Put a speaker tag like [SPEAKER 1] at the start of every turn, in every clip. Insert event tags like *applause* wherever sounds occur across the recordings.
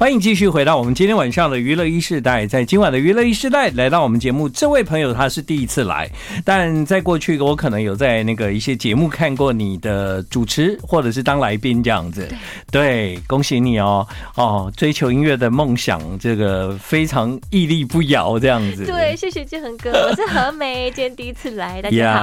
[SPEAKER 1] 欢迎继续回到我们今天晚上的娱乐一世代，在今晚的娱乐一世代来到我们节目，这位朋友他是第一次来，但在过去我可能有在那个一些节目看过你的主持或者是当来宾这样子，对，恭喜你哦哦，追求音乐的梦想，这个非常屹立不摇这样子，
[SPEAKER 2] 对，谢谢志恒哥， *laughs* 我是何梅，今天第一次来，大家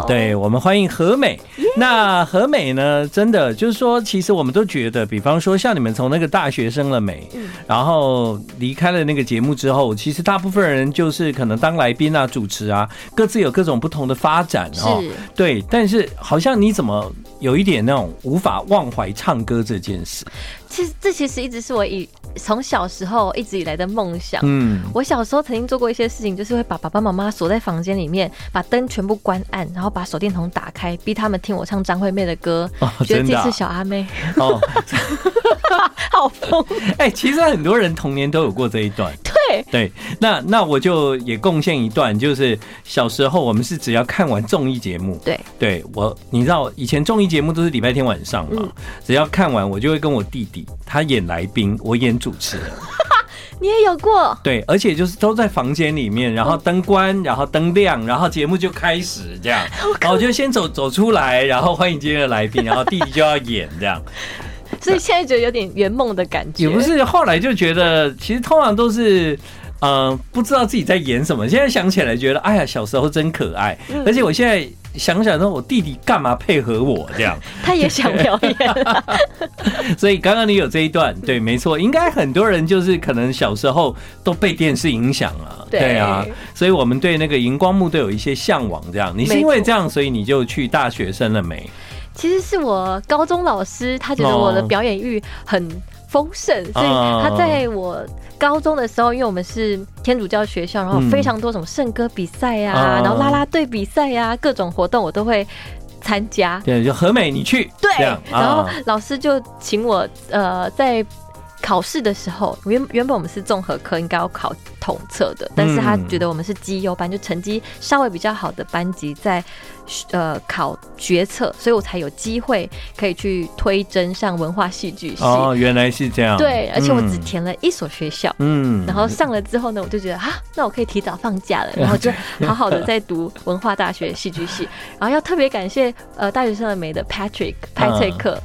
[SPEAKER 2] 好。
[SPEAKER 1] 对我们欢迎何美。那何美呢？真的就是说，其实我们都觉得，比方说像你们从那个大学生了美，
[SPEAKER 2] 嗯
[SPEAKER 1] 然后离开了那个节目之后，其实大部分人就是可能当来宾啊、主持啊，各自有各种不同的发展哦
[SPEAKER 2] 是。
[SPEAKER 1] 对，但是好像你怎么有一点那种无法忘怀唱歌这件事？
[SPEAKER 2] 其实这其实一直是我以从小时候一直以来的梦想。
[SPEAKER 1] 嗯，
[SPEAKER 2] 我小时候曾经做过一些事情，就是会把爸爸妈妈锁在房间里面，把灯全部关暗，然后把手电筒打开，逼他们听我唱张惠妹的歌，
[SPEAKER 1] 哦
[SPEAKER 2] 觉得
[SPEAKER 1] 真
[SPEAKER 2] 自己
[SPEAKER 1] 的啊
[SPEAKER 2] 是小阿妹， *laughs*
[SPEAKER 1] 哦，
[SPEAKER 2] 好疯。
[SPEAKER 1] 哎、其实很多人童年都有过这一段。
[SPEAKER 2] 对，
[SPEAKER 1] 对，那那我就也贡献一段，就是小时候我们是只要看完综艺节目，
[SPEAKER 2] 对，
[SPEAKER 1] 对我，你知道以前综艺节目都是礼拜天晚上嘛，只要看完我就会跟我弟弟，他演来宾，我演主持人，
[SPEAKER 2] 你也有过，
[SPEAKER 1] 对，而且就是都在房间里面，然后灯关，然后灯亮，然后节目就开始这样，然后就先走走出来，然后欢迎今天的来宾，然后弟弟就要演这样，
[SPEAKER 2] 所以现在觉得有点圆梦的感觉。
[SPEAKER 1] 也不是后来就觉得，其实通常都是。嗯，不知道自己在演什么。现在想起来，觉得哎呀，小时候真可爱。
[SPEAKER 2] 嗯
[SPEAKER 1] 而且我现在想想说，我弟弟干嘛配合我这
[SPEAKER 2] *laughs*
[SPEAKER 1] 样？
[SPEAKER 2] 他也想表
[SPEAKER 1] *laughs*
[SPEAKER 2] 演，
[SPEAKER 1] 所以刚刚你有这一段，对，
[SPEAKER 2] 嗯
[SPEAKER 1] 没错，应该很多人就是可能小时候都被电视影响了，
[SPEAKER 2] 对
[SPEAKER 1] 啊，所以我们对那个荧光幕都有一些向往。这样，你是因为这样，所以你就去大学生了没？
[SPEAKER 2] 其实是我高中老师，他觉得我的表演欲很丰盛，所以他在我高中的时候，因为我们是天主教学校，然后
[SPEAKER 1] 嗯
[SPEAKER 2] 非常多什么圣歌比赛呀、
[SPEAKER 1] 嗯
[SPEAKER 2] 然后啦啦队比赛呀、各种活动我都会参加。
[SPEAKER 1] 对，就和美你去，
[SPEAKER 2] 对
[SPEAKER 1] 这样，啊
[SPEAKER 2] 然后老师就请我呃在。考试的时候，原原本我们是综合科，应该要考统测的，但是他嗯觉得我们是绩优班，就成绩稍微比较好的班级在呃考决策，所以我才有机会可以去推甄上文化戏剧系。
[SPEAKER 1] 哦，原来是这样，
[SPEAKER 2] 对，而且我只
[SPEAKER 1] 嗯
[SPEAKER 2] 填了一所学校，
[SPEAKER 1] 嗯
[SPEAKER 2] 然后上了之后呢，我就觉得啊，那我可以提早放假了，然后就好好的在读文化大学戏剧系。然后要特别感谢呃大学生的美的 Patrick
[SPEAKER 1] 嗯
[SPEAKER 2] 派翠克，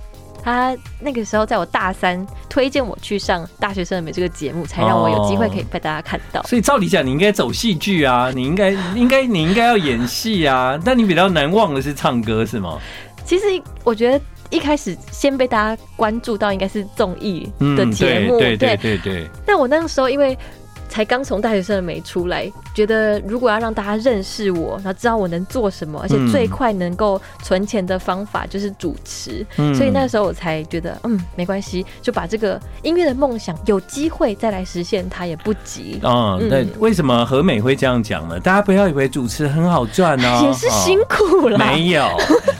[SPEAKER 2] 他那个时候在我大三推荐我去上大学生的美这个节目，才让我有机
[SPEAKER 1] 哦
[SPEAKER 2] 会可以被大家看到。
[SPEAKER 1] 所以照理讲，你应该走戏剧啊，你应该应该你应该要演戏啊，但你比较难忘的是唱歌是吗？
[SPEAKER 2] 其实我觉得一开始先被大家关注到应该是综艺的节目，
[SPEAKER 1] 嗯对对对对对，
[SPEAKER 2] 但我那个时候因为才刚从大学生没出来，觉得如果要让大家认识我，然后知道我能做什么，而且
[SPEAKER 1] 嗯
[SPEAKER 2] 最快能够存钱的方法就是主持，
[SPEAKER 1] 嗯
[SPEAKER 2] 所以那时候我才觉得，嗯，没关系，就把这个音乐的梦想有机会再来实现它也不急。
[SPEAKER 1] 哦，
[SPEAKER 2] 嗯
[SPEAKER 1] 那为什么何美会这样讲呢？大家不要以为主持很好赚哦，
[SPEAKER 2] 也是辛苦
[SPEAKER 1] 哦
[SPEAKER 2] 啦，
[SPEAKER 1] 没
[SPEAKER 2] *laughs*
[SPEAKER 1] 有，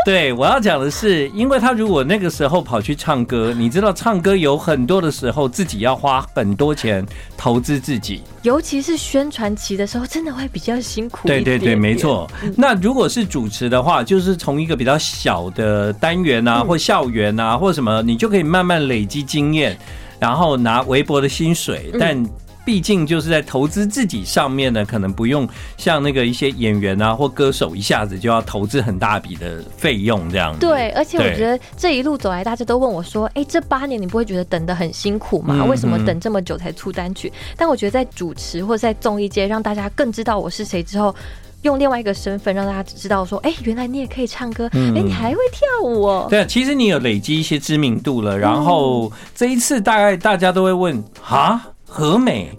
[SPEAKER 1] 对我要讲的是，因为他如果那个时候跑去唱歌，你知道唱歌有很多的时候自己要花很多钱投资自己，
[SPEAKER 2] 尤其是宣传期的时候，真的会比较辛苦一
[SPEAKER 1] 对对
[SPEAKER 2] 点点。嗯
[SPEAKER 1] 对，没。错。那如果是主持的话，就是从一个比较小的单元啊，
[SPEAKER 2] 嗯
[SPEAKER 1] 或校园啊，或什么，你就可以慢慢累积经验，然后拿微薄的薪水，
[SPEAKER 2] 嗯
[SPEAKER 1] 但。毕竟就是在投资自己上面呢，可能不用像那个一些演员啊或歌手一下子就要投资很大笔的费用这样子。
[SPEAKER 2] 对，而且我
[SPEAKER 1] 对
[SPEAKER 2] 觉得这一路走来，大家都问我说：“哎、这八年你不会觉得等的很辛苦吗？
[SPEAKER 1] 嗯
[SPEAKER 2] 为什么
[SPEAKER 1] 嗯
[SPEAKER 2] 等这么久才出单曲？”但我觉得在主持或者在综艺界，让大家更知道我是谁之后。用另外一个身份让大家知道，说，哎、原来你也可以唱歌，哎、你还会跳舞哦。
[SPEAKER 1] 嗯 *laughs* 对，啊其实你有累积一些知名度了，然
[SPEAKER 2] 嗯
[SPEAKER 1] 后这一次大概大家都会问啊，何美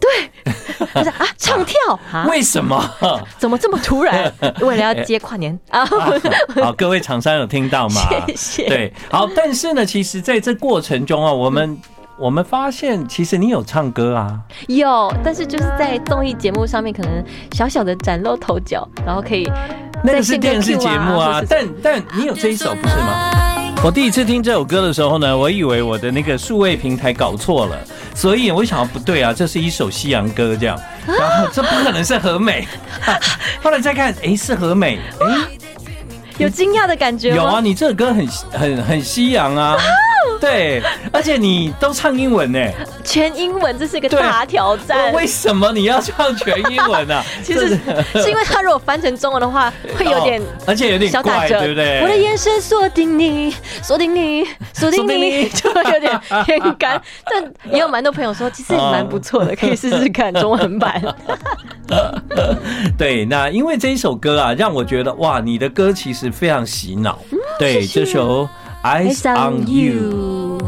[SPEAKER 2] 他说啊，唱跳
[SPEAKER 1] *laughs*
[SPEAKER 2] 啊，
[SPEAKER 1] 为什
[SPEAKER 2] *laughs*
[SPEAKER 1] 么？
[SPEAKER 2] 怎么这么
[SPEAKER 1] *laughs*
[SPEAKER 2] 突然？为了要接跨年啊，
[SPEAKER 1] 好，各位厂商有听到吗？
[SPEAKER 2] *laughs* 谢谢。
[SPEAKER 1] 对，好，但是呢，其实在这过程中啊，我们、我们发现，其实你有唱歌啊，
[SPEAKER 2] 有，但是就是在综艺节目上面，可能小小的崭露头角，然后可以
[SPEAKER 1] 那
[SPEAKER 2] 在
[SPEAKER 1] 个是
[SPEAKER 2] 线歌
[SPEAKER 1] 电视
[SPEAKER 2] Q
[SPEAKER 1] 节目
[SPEAKER 2] 或
[SPEAKER 1] 啊
[SPEAKER 2] 是，
[SPEAKER 1] 但但你有这一首不是吗？我第一次听这首歌的时候呢，我以为我的那个数位平台搞错了，所以我想不对啊，这是一首西洋歌这
[SPEAKER 2] 啊
[SPEAKER 1] 样，然后这不可能是和美，
[SPEAKER 2] *laughs*
[SPEAKER 1] 后来再看，诶，是和美，诶。
[SPEAKER 2] 有惊讶的感觉吗？哦
[SPEAKER 1] 有啊，你这个歌很很很西洋啊，对，而且你都唱英文呢，
[SPEAKER 2] 全英文，这是一个
[SPEAKER 1] 对
[SPEAKER 2] 大挑战。
[SPEAKER 1] 为什么你要唱全英文呢？
[SPEAKER 2] *laughs* 其实是是因为他如果翻成中文的话，会有点
[SPEAKER 1] 哦而且有点
[SPEAKER 2] 小打
[SPEAKER 1] 怪，
[SPEAKER 2] 折，
[SPEAKER 1] 对不对？
[SPEAKER 2] 我的眼神锁定你，锁
[SPEAKER 1] *laughs*
[SPEAKER 2] 定你，锁定
[SPEAKER 1] 锁定
[SPEAKER 2] 你
[SPEAKER 1] 你，
[SPEAKER 2] 就会有点偏
[SPEAKER 1] *laughs*
[SPEAKER 2] 干。但也有蛮多朋友说，其实也蛮不错的，可以试试看中
[SPEAKER 1] *laughs*
[SPEAKER 2] 文版。
[SPEAKER 1] 对，那因为这一首歌啊，让我觉得哇，你的歌其实非常洗脑。对，
[SPEAKER 2] 嗯谢谢
[SPEAKER 1] 这首《Eyes on You》，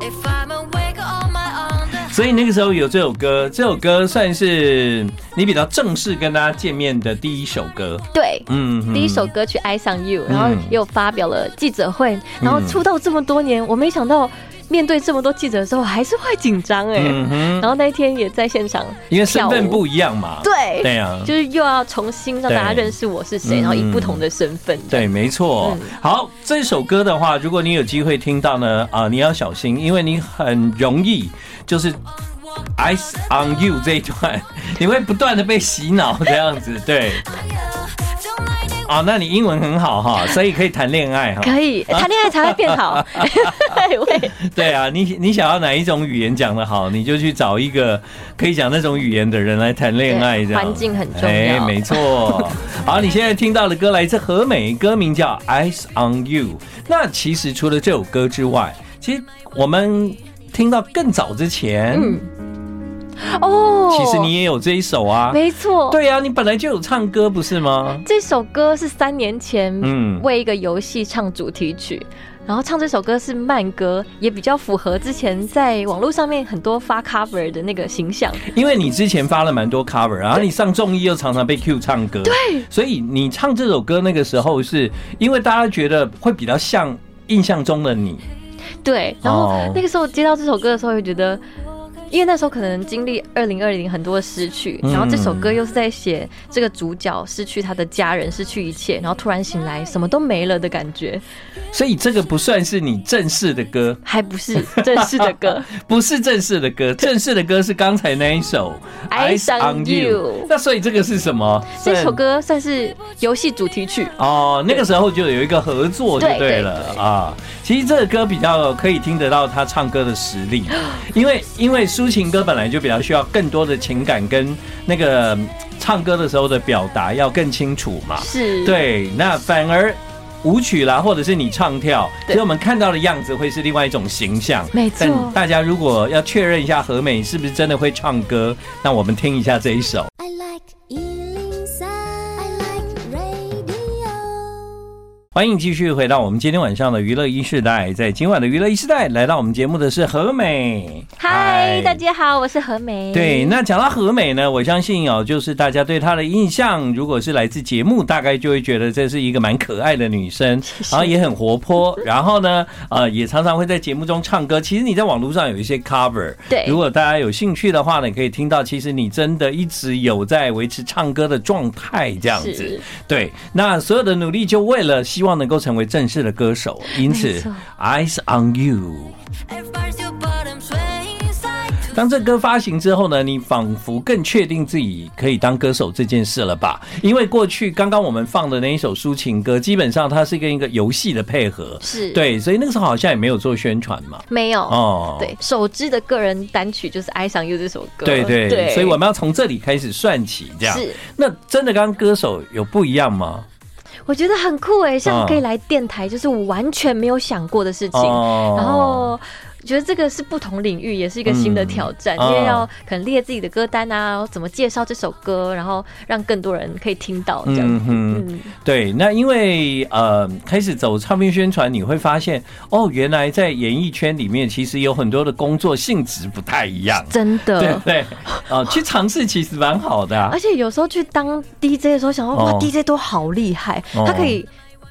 [SPEAKER 3] If I'm awake on my own, then
[SPEAKER 1] 所以那个时候有这首歌，这首歌算是你比较正式跟大家见面的第一首歌。
[SPEAKER 2] 对。
[SPEAKER 1] 嗯，嗯
[SPEAKER 2] 第一首歌曲《爱上 You》，然后也有发表了记者
[SPEAKER 1] 嗯
[SPEAKER 2] 会，然后出道这么多年，我没想到面对这么多记者的时候还是会紧张哎。
[SPEAKER 1] 嗯哼，
[SPEAKER 2] 然后那一天也在现场跳舞，
[SPEAKER 1] 因为身份不一样嘛。
[SPEAKER 2] 对
[SPEAKER 1] 对啊，
[SPEAKER 2] 就是又要重新让大家
[SPEAKER 1] 对
[SPEAKER 2] 认识我是谁，
[SPEAKER 1] 嗯
[SPEAKER 2] 然后以不同的身份。
[SPEAKER 1] 对，没错。好，这首歌的话，如果你有机会听到呢，啊、你要小心，因为你很容易就是《Eyes on You》这一段， *laughs* 你会不断的被洗脑这样子。对，
[SPEAKER 3] don't mind it.
[SPEAKER 1] 啊、那你英文很好哈，所以可以谈恋爱哈。
[SPEAKER 2] 可以谈恋爱才会变
[SPEAKER 1] *laughs*
[SPEAKER 2] 好， *laughs* 喂，
[SPEAKER 1] 对啊，你你想要哪一种语言讲得好，你就去找一个可以讲那种语言的人来谈恋爱，这
[SPEAKER 2] 对
[SPEAKER 1] 样
[SPEAKER 2] 环境很重要
[SPEAKER 1] 哎，没错。 *laughs* 好，你现在听到的歌来自何美，歌名叫《Eyes on You》。那其实除了这首歌之外，其实我们听到更早之前，
[SPEAKER 2] 嗯，哦，
[SPEAKER 1] 其实你也有这一首啊。
[SPEAKER 2] 没错，
[SPEAKER 1] 对啊，你本来就有唱歌不是吗？
[SPEAKER 2] 这首歌是三年前
[SPEAKER 1] 嗯
[SPEAKER 2] 为一个游戏唱主题曲。然后唱这首歌是慢歌，也比较符合之前在网络上面很多发 cover 的那个形象。
[SPEAKER 1] 因为你之前发了蛮多 cover，然后你上综艺又常常被 Q 唱歌，对，所以你唱这首歌那个时候是因为大家觉得会比较像印象中的你，
[SPEAKER 2] 对，然后
[SPEAKER 1] 哦
[SPEAKER 2] 那个时候接到这首歌的时候，就觉得，因为那时候可能经历二零二零很多失去，
[SPEAKER 1] 嗯
[SPEAKER 2] 然后这首歌又是在写这个主角失去他的家人，失去一切，然后突然醒来什么都没了的感觉，
[SPEAKER 1] 所以这个不算是你正式的歌，
[SPEAKER 2] 还不是正式的
[SPEAKER 1] *laughs*
[SPEAKER 2] 歌。
[SPEAKER 1] 不是正式的歌，正式的歌是刚才那一首
[SPEAKER 2] Eyes on You
[SPEAKER 1] 那所以这个是什么？
[SPEAKER 2] 这首歌算是游戏主题曲，
[SPEAKER 1] 哦，那个时候就有一个合作就
[SPEAKER 2] 对
[SPEAKER 1] 对了啊。其实这个歌比较可以听得到他唱歌的实
[SPEAKER 2] *gasps*
[SPEAKER 1] 力，因为因为抒情歌本来就比较需要更多的情感跟那个嗯唱歌的时候的表达要更清楚嘛。
[SPEAKER 2] 是，
[SPEAKER 1] 对，那反而舞曲啦，或者是你唱跳，
[SPEAKER 2] 对
[SPEAKER 1] 所以我们看到的样子会是另外一种形象。
[SPEAKER 2] 没错
[SPEAKER 1] 但大家如果要确认一下何美是不是真的会唱歌，那我们听一下这一首。
[SPEAKER 3] I like Ealing Sound. I like radio.
[SPEAKER 1] 欢迎继续回到我们今天晚上的娱乐一世代，在今晚的娱乐一世代，来到我们节目的是何美。
[SPEAKER 2] 嗨，大。家好，我是何梅。
[SPEAKER 1] 对，那讲到何美呢，我相信哦，就是大家对她的印象，如果是来自节目，大概就会觉得这是一个蛮可爱的女生，然后也很活泼，然后呢，呃，也常常会在节目中唱歌。其实你在网络上有一些 cover，
[SPEAKER 2] 对
[SPEAKER 1] 如果大家有兴趣的话呢，可以听到，其实你真的一直有在维持唱歌的状态，这样子
[SPEAKER 2] 是。
[SPEAKER 1] 对，那所有的努力就为了希望能够成为正式的歌手，因
[SPEAKER 2] 没
[SPEAKER 1] 此
[SPEAKER 2] 错
[SPEAKER 1] ，Eyes on You。
[SPEAKER 3] Everybody's your bottom swaying side to
[SPEAKER 1] 当这歌发行之后呢，你仿佛更确定自己可以当歌手这件事了吧？因为过去刚刚我们放的那一首抒情歌，基本上它是跟一个游戏的配合，
[SPEAKER 2] 是，，
[SPEAKER 1] 对，所以那个时候好像也没有做宣传嘛。
[SPEAKER 2] 没有，
[SPEAKER 1] 哦，
[SPEAKER 2] 对，首支的个人单曲就是《爱上 You》这首歌。
[SPEAKER 1] 对对，所以我们要从这里开始算起，这样。
[SPEAKER 2] 是
[SPEAKER 1] 那真的跟歌手有不一样吗？
[SPEAKER 2] 我觉得很酷哎，像
[SPEAKER 1] 嗯
[SPEAKER 2] 可以来电台，就是我完全没有想过的事情。
[SPEAKER 1] 哦
[SPEAKER 2] 然后觉得这个是不同领域，也是一个新的挑战，
[SPEAKER 1] 嗯
[SPEAKER 2] 因为要
[SPEAKER 1] 哦
[SPEAKER 2] 可能列自己的歌单啊，怎么介绍这首歌，然后让更多人可以听到这样。嗯
[SPEAKER 1] 哼，嗯对，那因为呃，开始走唱片宣传，你会发现哦，原来在演艺圈里面，其实有很多的工作性质不太一样，
[SPEAKER 2] 真
[SPEAKER 1] 对
[SPEAKER 2] 的
[SPEAKER 1] 不。对？哦，去尝试其实蛮好的、啊
[SPEAKER 2] 而。且有时候去当 DJ 的时候，想到哇
[SPEAKER 1] 哦
[SPEAKER 2] ，DJ 都好厉害，
[SPEAKER 1] 哦
[SPEAKER 2] 他可以。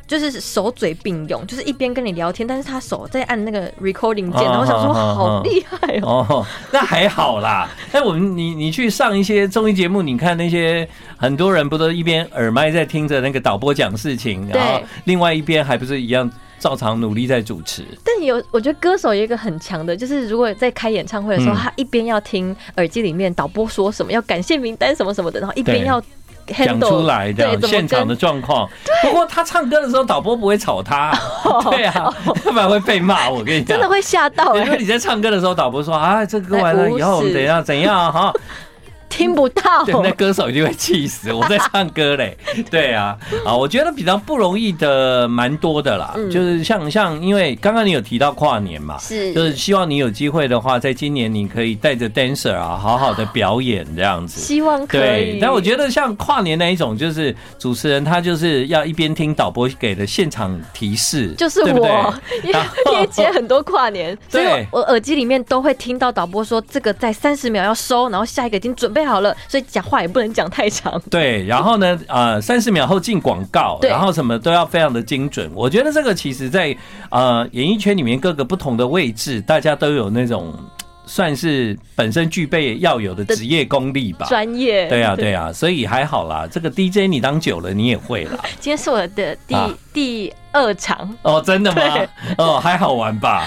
[SPEAKER 2] 就是手嘴并用，就是一边跟你聊天，但是他手在按那个 recording 键，
[SPEAKER 1] 哦
[SPEAKER 2] 然后想
[SPEAKER 1] 哦
[SPEAKER 2] 说
[SPEAKER 1] 哦
[SPEAKER 2] 好厉害哦，
[SPEAKER 1] 哦，那还好啦。那我们你你去上一些综艺节目，你看那些很多人不都一边耳麦在听着那个导播讲事情，然后
[SPEAKER 2] 对
[SPEAKER 1] 另外一边还不是一样照常努力在主持？
[SPEAKER 2] 但有，我觉得歌手有一个很强的，就是如果在开演唱会的时候，
[SPEAKER 1] 嗯
[SPEAKER 2] 他一边要听耳机里面导播说什么，要感谢名单什么什么的，然后一边
[SPEAKER 1] 对
[SPEAKER 2] 要
[SPEAKER 1] 讲
[SPEAKER 2] handle
[SPEAKER 1] 出来这样
[SPEAKER 2] 对，怎么
[SPEAKER 1] 现场
[SPEAKER 2] 跟
[SPEAKER 1] 的状况。不过他唱歌的时候，导播不会吵
[SPEAKER 2] *laughs*
[SPEAKER 1] 他，对啊，要不然会被骂。我跟你讲
[SPEAKER 2] 真的，会哎吓到
[SPEAKER 1] 你 *laughs*
[SPEAKER 2] 哎、
[SPEAKER 1] 说你在唱歌的时候，导播说啊，这歌完了以后，我们等一下怎样啊哈？
[SPEAKER 2] 听不到。
[SPEAKER 1] *laughs* 对，那歌手一定会气死。我在唱歌
[SPEAKER 2] *laughs*
[SPEAKER 1] 嘞，对啊，啊，我觉得比较不容易的蛮多的啦，
[SPEAKER 2] 嗯
[SPEAKER 1] 就是像像，因为刚刚你有提到跨年嘛，
[SPEAKER 2] 是
[SPEAKER 1] 就是希望你有机会的话，在今年你可以带着 dancer 啊，好好的表演这样子。
[SPEAKER 2] 希望可
[SPEAKER 1] 对
[SPEAKER 2] 以。，
[SPEAKER 1] 但我觉得像跨年那一种，就是主持人他就是要一边听导播给的现场提示，
[SPEAKER 2] 就是
[SPEAKER 1] 对不对 *laughs*
[SPEAKER 2] 我，因为
[SPEAKER 1] 然后
[SPEAKER 2] 因为接很多
[SPEAKER 1] *laughs*
[SPEAKER 2] 跨年，所以
[SPEAKER 1] 对
[SPEAKER 2] 我我耳机里面都会听到导播说这个在三十秒要收，然后下一个已经准备好了，所以讲话也不能讲太长。
[SPEAKER 1] 对，然后呢，呃，三十秒后进广告，
[SPEAKER 2] 对
[SPEAKER 1] 然后什么都要非常的精准。我觉得这个其实在，呃演艺圈里面各个不同的位置，大家都有那种算是本身具备要有的职业功力吧。
[SPEAKER 2] 专业，
[SPEAKER 1] 对啊，对啊，所以还好啦。这个 DJ 你当久了，你也会
[SPEAKER 2] *laughs*
[SPEAKER 1] 啦。
[SPEAKER 2] 今天是我的第、
[SPEAKER 1] 啊
[SPEAKER 2] 第二场，
[SPEAKER 1] 哦，真的吗
[SPEAKER 2] 对？
[SPEAKER 1] 哦，还好玩
[SPEAKER 2] *laughs*
[SPEAKER 1] 吧？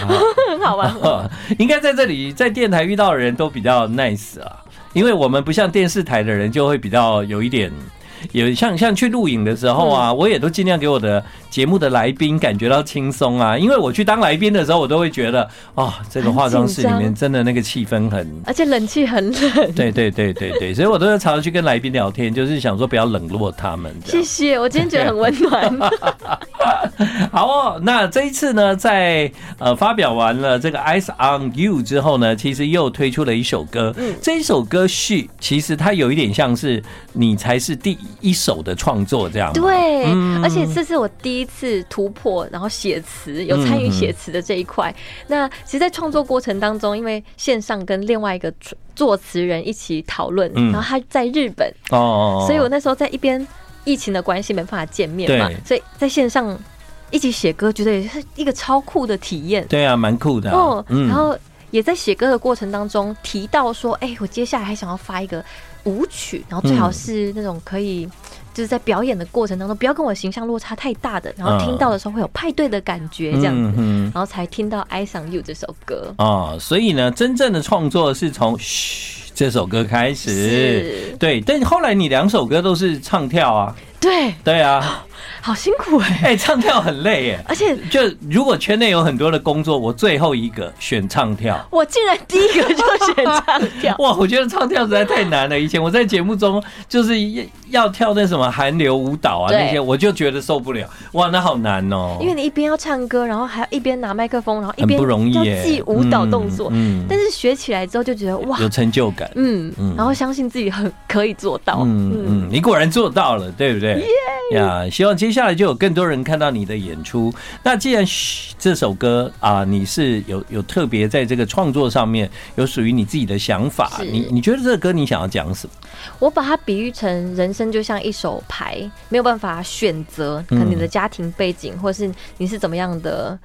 [SPEAKER 2] 很好玩。
[SPEAKER 1] 哦 *laughs* 应该在这里，在电台遇到的人都比较 nice 啊，因为我们不像电视台的人，就会比较有一点。有像像去录影的时候啊，我也都尽量给我的节目的来宾感觉到轻松啊，因为我去当来宾的时候，我都会觉得哦，这个化妆室里
[SPEAKER 2] 很
[SPEAKER 1] 面
[SPEAKER 2] 紧
[SPEAKER 1] 真的那个气氛很，
[SPEAKER 2] 而且冷气很冷，
[SPEAKER 1] 对对对对对，所以我都会常常去跟来宾聊天，就是想说不要冷落他们这
[SPEAKER 2] 谢
[SPEAKER 1] 样。
[SPEAKER 2] 谢，我今天觉得很
[SPEAKER 1] *laughs*
[SPEAKER 2] 温暖。
[SPEAKER 1] 好哦，那这一次呢，在呃发表完了这个《Eyes on You》之后呢，其实又推出了一首歌。
[SPEAKER 2] 嗯
[SPEAKER 1] 这一首歌《She》其实它有一点像是你才是第一首的创作这样。，
[SPEAKER 2] 对，
[SPEAKER 1] 嗯
[SPEAKER 2] 而且这是我第一次突破，然后写词，有参与写词的这一块。那其实，在创作过程当中，因为线上跟另外一个作作词人一起讨论，
[SPEAKER 1] 嗯
[SPEAKER 2] 然后他在日本，
[SPEAKER 1] 哦哦，哦
[SPEAKER 2] 所以我那时候在一边疫情的关系没办法见面嘛
[SPEAKER 1] 对，
[SPEAKER 2] 所以在线上一起写歌，觉得也是一个超酷的体验。
[SPEAKER 1] 对啊，蛮酷的啊、
[SPEAKER 2] 哦，然后也在写歌的过程当中提到说，哎、我接下来还想要发一个舞曲，然后最好
[SPEAKER 1] 嗯
[SPEAKER 2] 是那种可以。就是在表演的过程当中，不要跟我形象落差太大的，然后听到的时候会有派对的感觉，这样子，
[SPEAKER 1] 嗯哼
[SPEAKER 2] 然后才听到《爱上 You》这首歌。
[SPEAKER 1] 哦，所以呢，真正的创作是从《嘘》这首歌开始。
[SPEAKER 2] 是，
[SPEAKER 1] 对，但后来你两首歌都是唱跳啊，
[SPEAKER 2] 对，
[SPEAKER 1] 对
[SPEAKER 2] *laughs*
[SPEAKER 1] 啊，
[SPEAKER 2] 好辛苦哎、
[SPEAKER 1] 哎、唱跳很累耶。
[SPEAKER 2] 而且
[SPEAKER 1] 就如果圈内有很多的工作，我最后一个选唱跳。
[SPEAKER 2] 我竟然第一个就选唱跳，
[SPEAKER 1] 哇，我觉得唱跳实在太难了。以前我在节目中就是要要跳那什么韩流舞蹈啊
[SPEAKER 2] 对
[SPEAKER 1] 那些，我就觉得受不了。哇，那好难哦。
[SPEAKER 2] *laughs* 因为你一边要唱歌，然后还要一边拿麦克风，然后一
[SPEAKER 1] 很
[SPEAKER 2] 边
[SPEAKER 1] 不容易
[SPEAKER 2] 要
[SPEAKER 1] 耶，
[SPEAKER 2] 记舞蹈动作。
[SPEAKER 1] 嗯
[SPEAKER 2] 但是学起来之后就觉得哇，
[SPEAKER 1] 有成就感。
[SPEAKER 2] 嗯
[SPEAKER 1] 嗯，
[SPEAKER 2] 然后相信自己很可以做到。
[SPEAKER 1] 嗯
[SPEAKER 2] 嗯，
[SPEAKER 1] 嗯，你果然做到了，对不对？呀，希望接下来就有更多人看到你的演出。那既然嘘这首歌啊，你是有有特别在这个创作上面有属于你自己的想法，
[SPEAKER 2] 是
[SPEAKER 1] 你你觉得这个歌你想要讲什么？
[SPEAKER 2] 我把它比喻成人生就像一手牌，没有办法选择，
[SPEAKER 1] 嗯
[SPEAKER 2] 可能你的家庭背景，或是你是怎么样的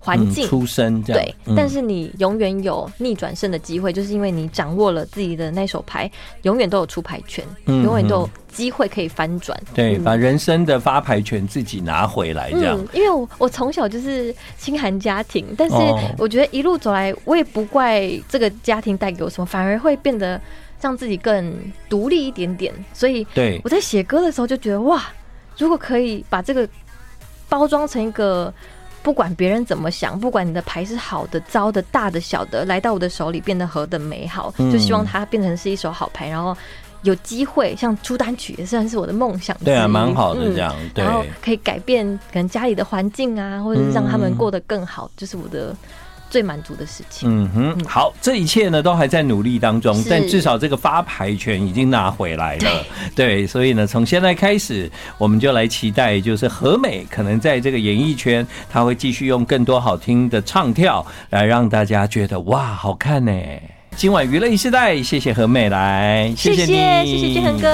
[SPEAKER 2] 环境
[SPEAKER 1] 嗯、。出身这样
[SPEAKER 2] 对，
[SPEAKER 1] 嗯
[SPEAKER 2] 但是你永远有逆转胜的机会，就是因为你掌握了自己的那手牌，永远都有出牌权，
[SPEAKER 1] 嗯
[SPEAKER 2] 永远都有机会可以翻转。
[SPEAKER 1] 对，
[SPEAKER 2] 嗯
[SPEAKER 1] 把人生的发牌权自己拿回来，这样。
[SPEAKER 2] 嗯，因为我我从小就是清寒家庭，但是
[SPEAKER 1] 哦
[SPEAKER 2] 我觉得一路走来，我也不怪这个家庭带给我什么，反而会变得让自己更独立一点点。所以
[SPEAKER 1] 对
[SPEAKER 2] 我在写歌的时候就觉得，哇，如果可以把这个包装成一个。不管别人怎么想，不管你的牌是好的、糟的、大的、小的，来到我的手里变得何等美好，
[SPEAKER 1] 嗯
[SPEAKER 2] 就希望它变成是一手好牌，然后有机会像出单曲也算是我的梦想之一。
[SPEAKER 1] 对啊，蛮好的
[SPEAKER 2] 嗯
[SPEAKER 1] 这样。对
[SPEAKER 2] 然，后可以改变可能家里的环境啊，或者是让他们
[SPEAKER 1] 嗯
[SPEAKER 2] 过得更好，就是我的最满足的事情。
[SPEAKER 1] 嗯哼，好，这一切呢都还在努力当中，
[SPEAKER 2] 是
[SPEAKER 1] 但至少这个发牌权已经拿回来了。对，所以呢，从现在开始，我们就来期待，就是何美可能在这个演艺圈，她会继续用更多好听的唱跳来让大家觉得哇，好看呢。今晚娱乐一时代，谢谢何美来，
[SPEAKER 2] 谢
[SPEAKER 1] 你，
[SPEAKER 2] 谢谢俊恒哥。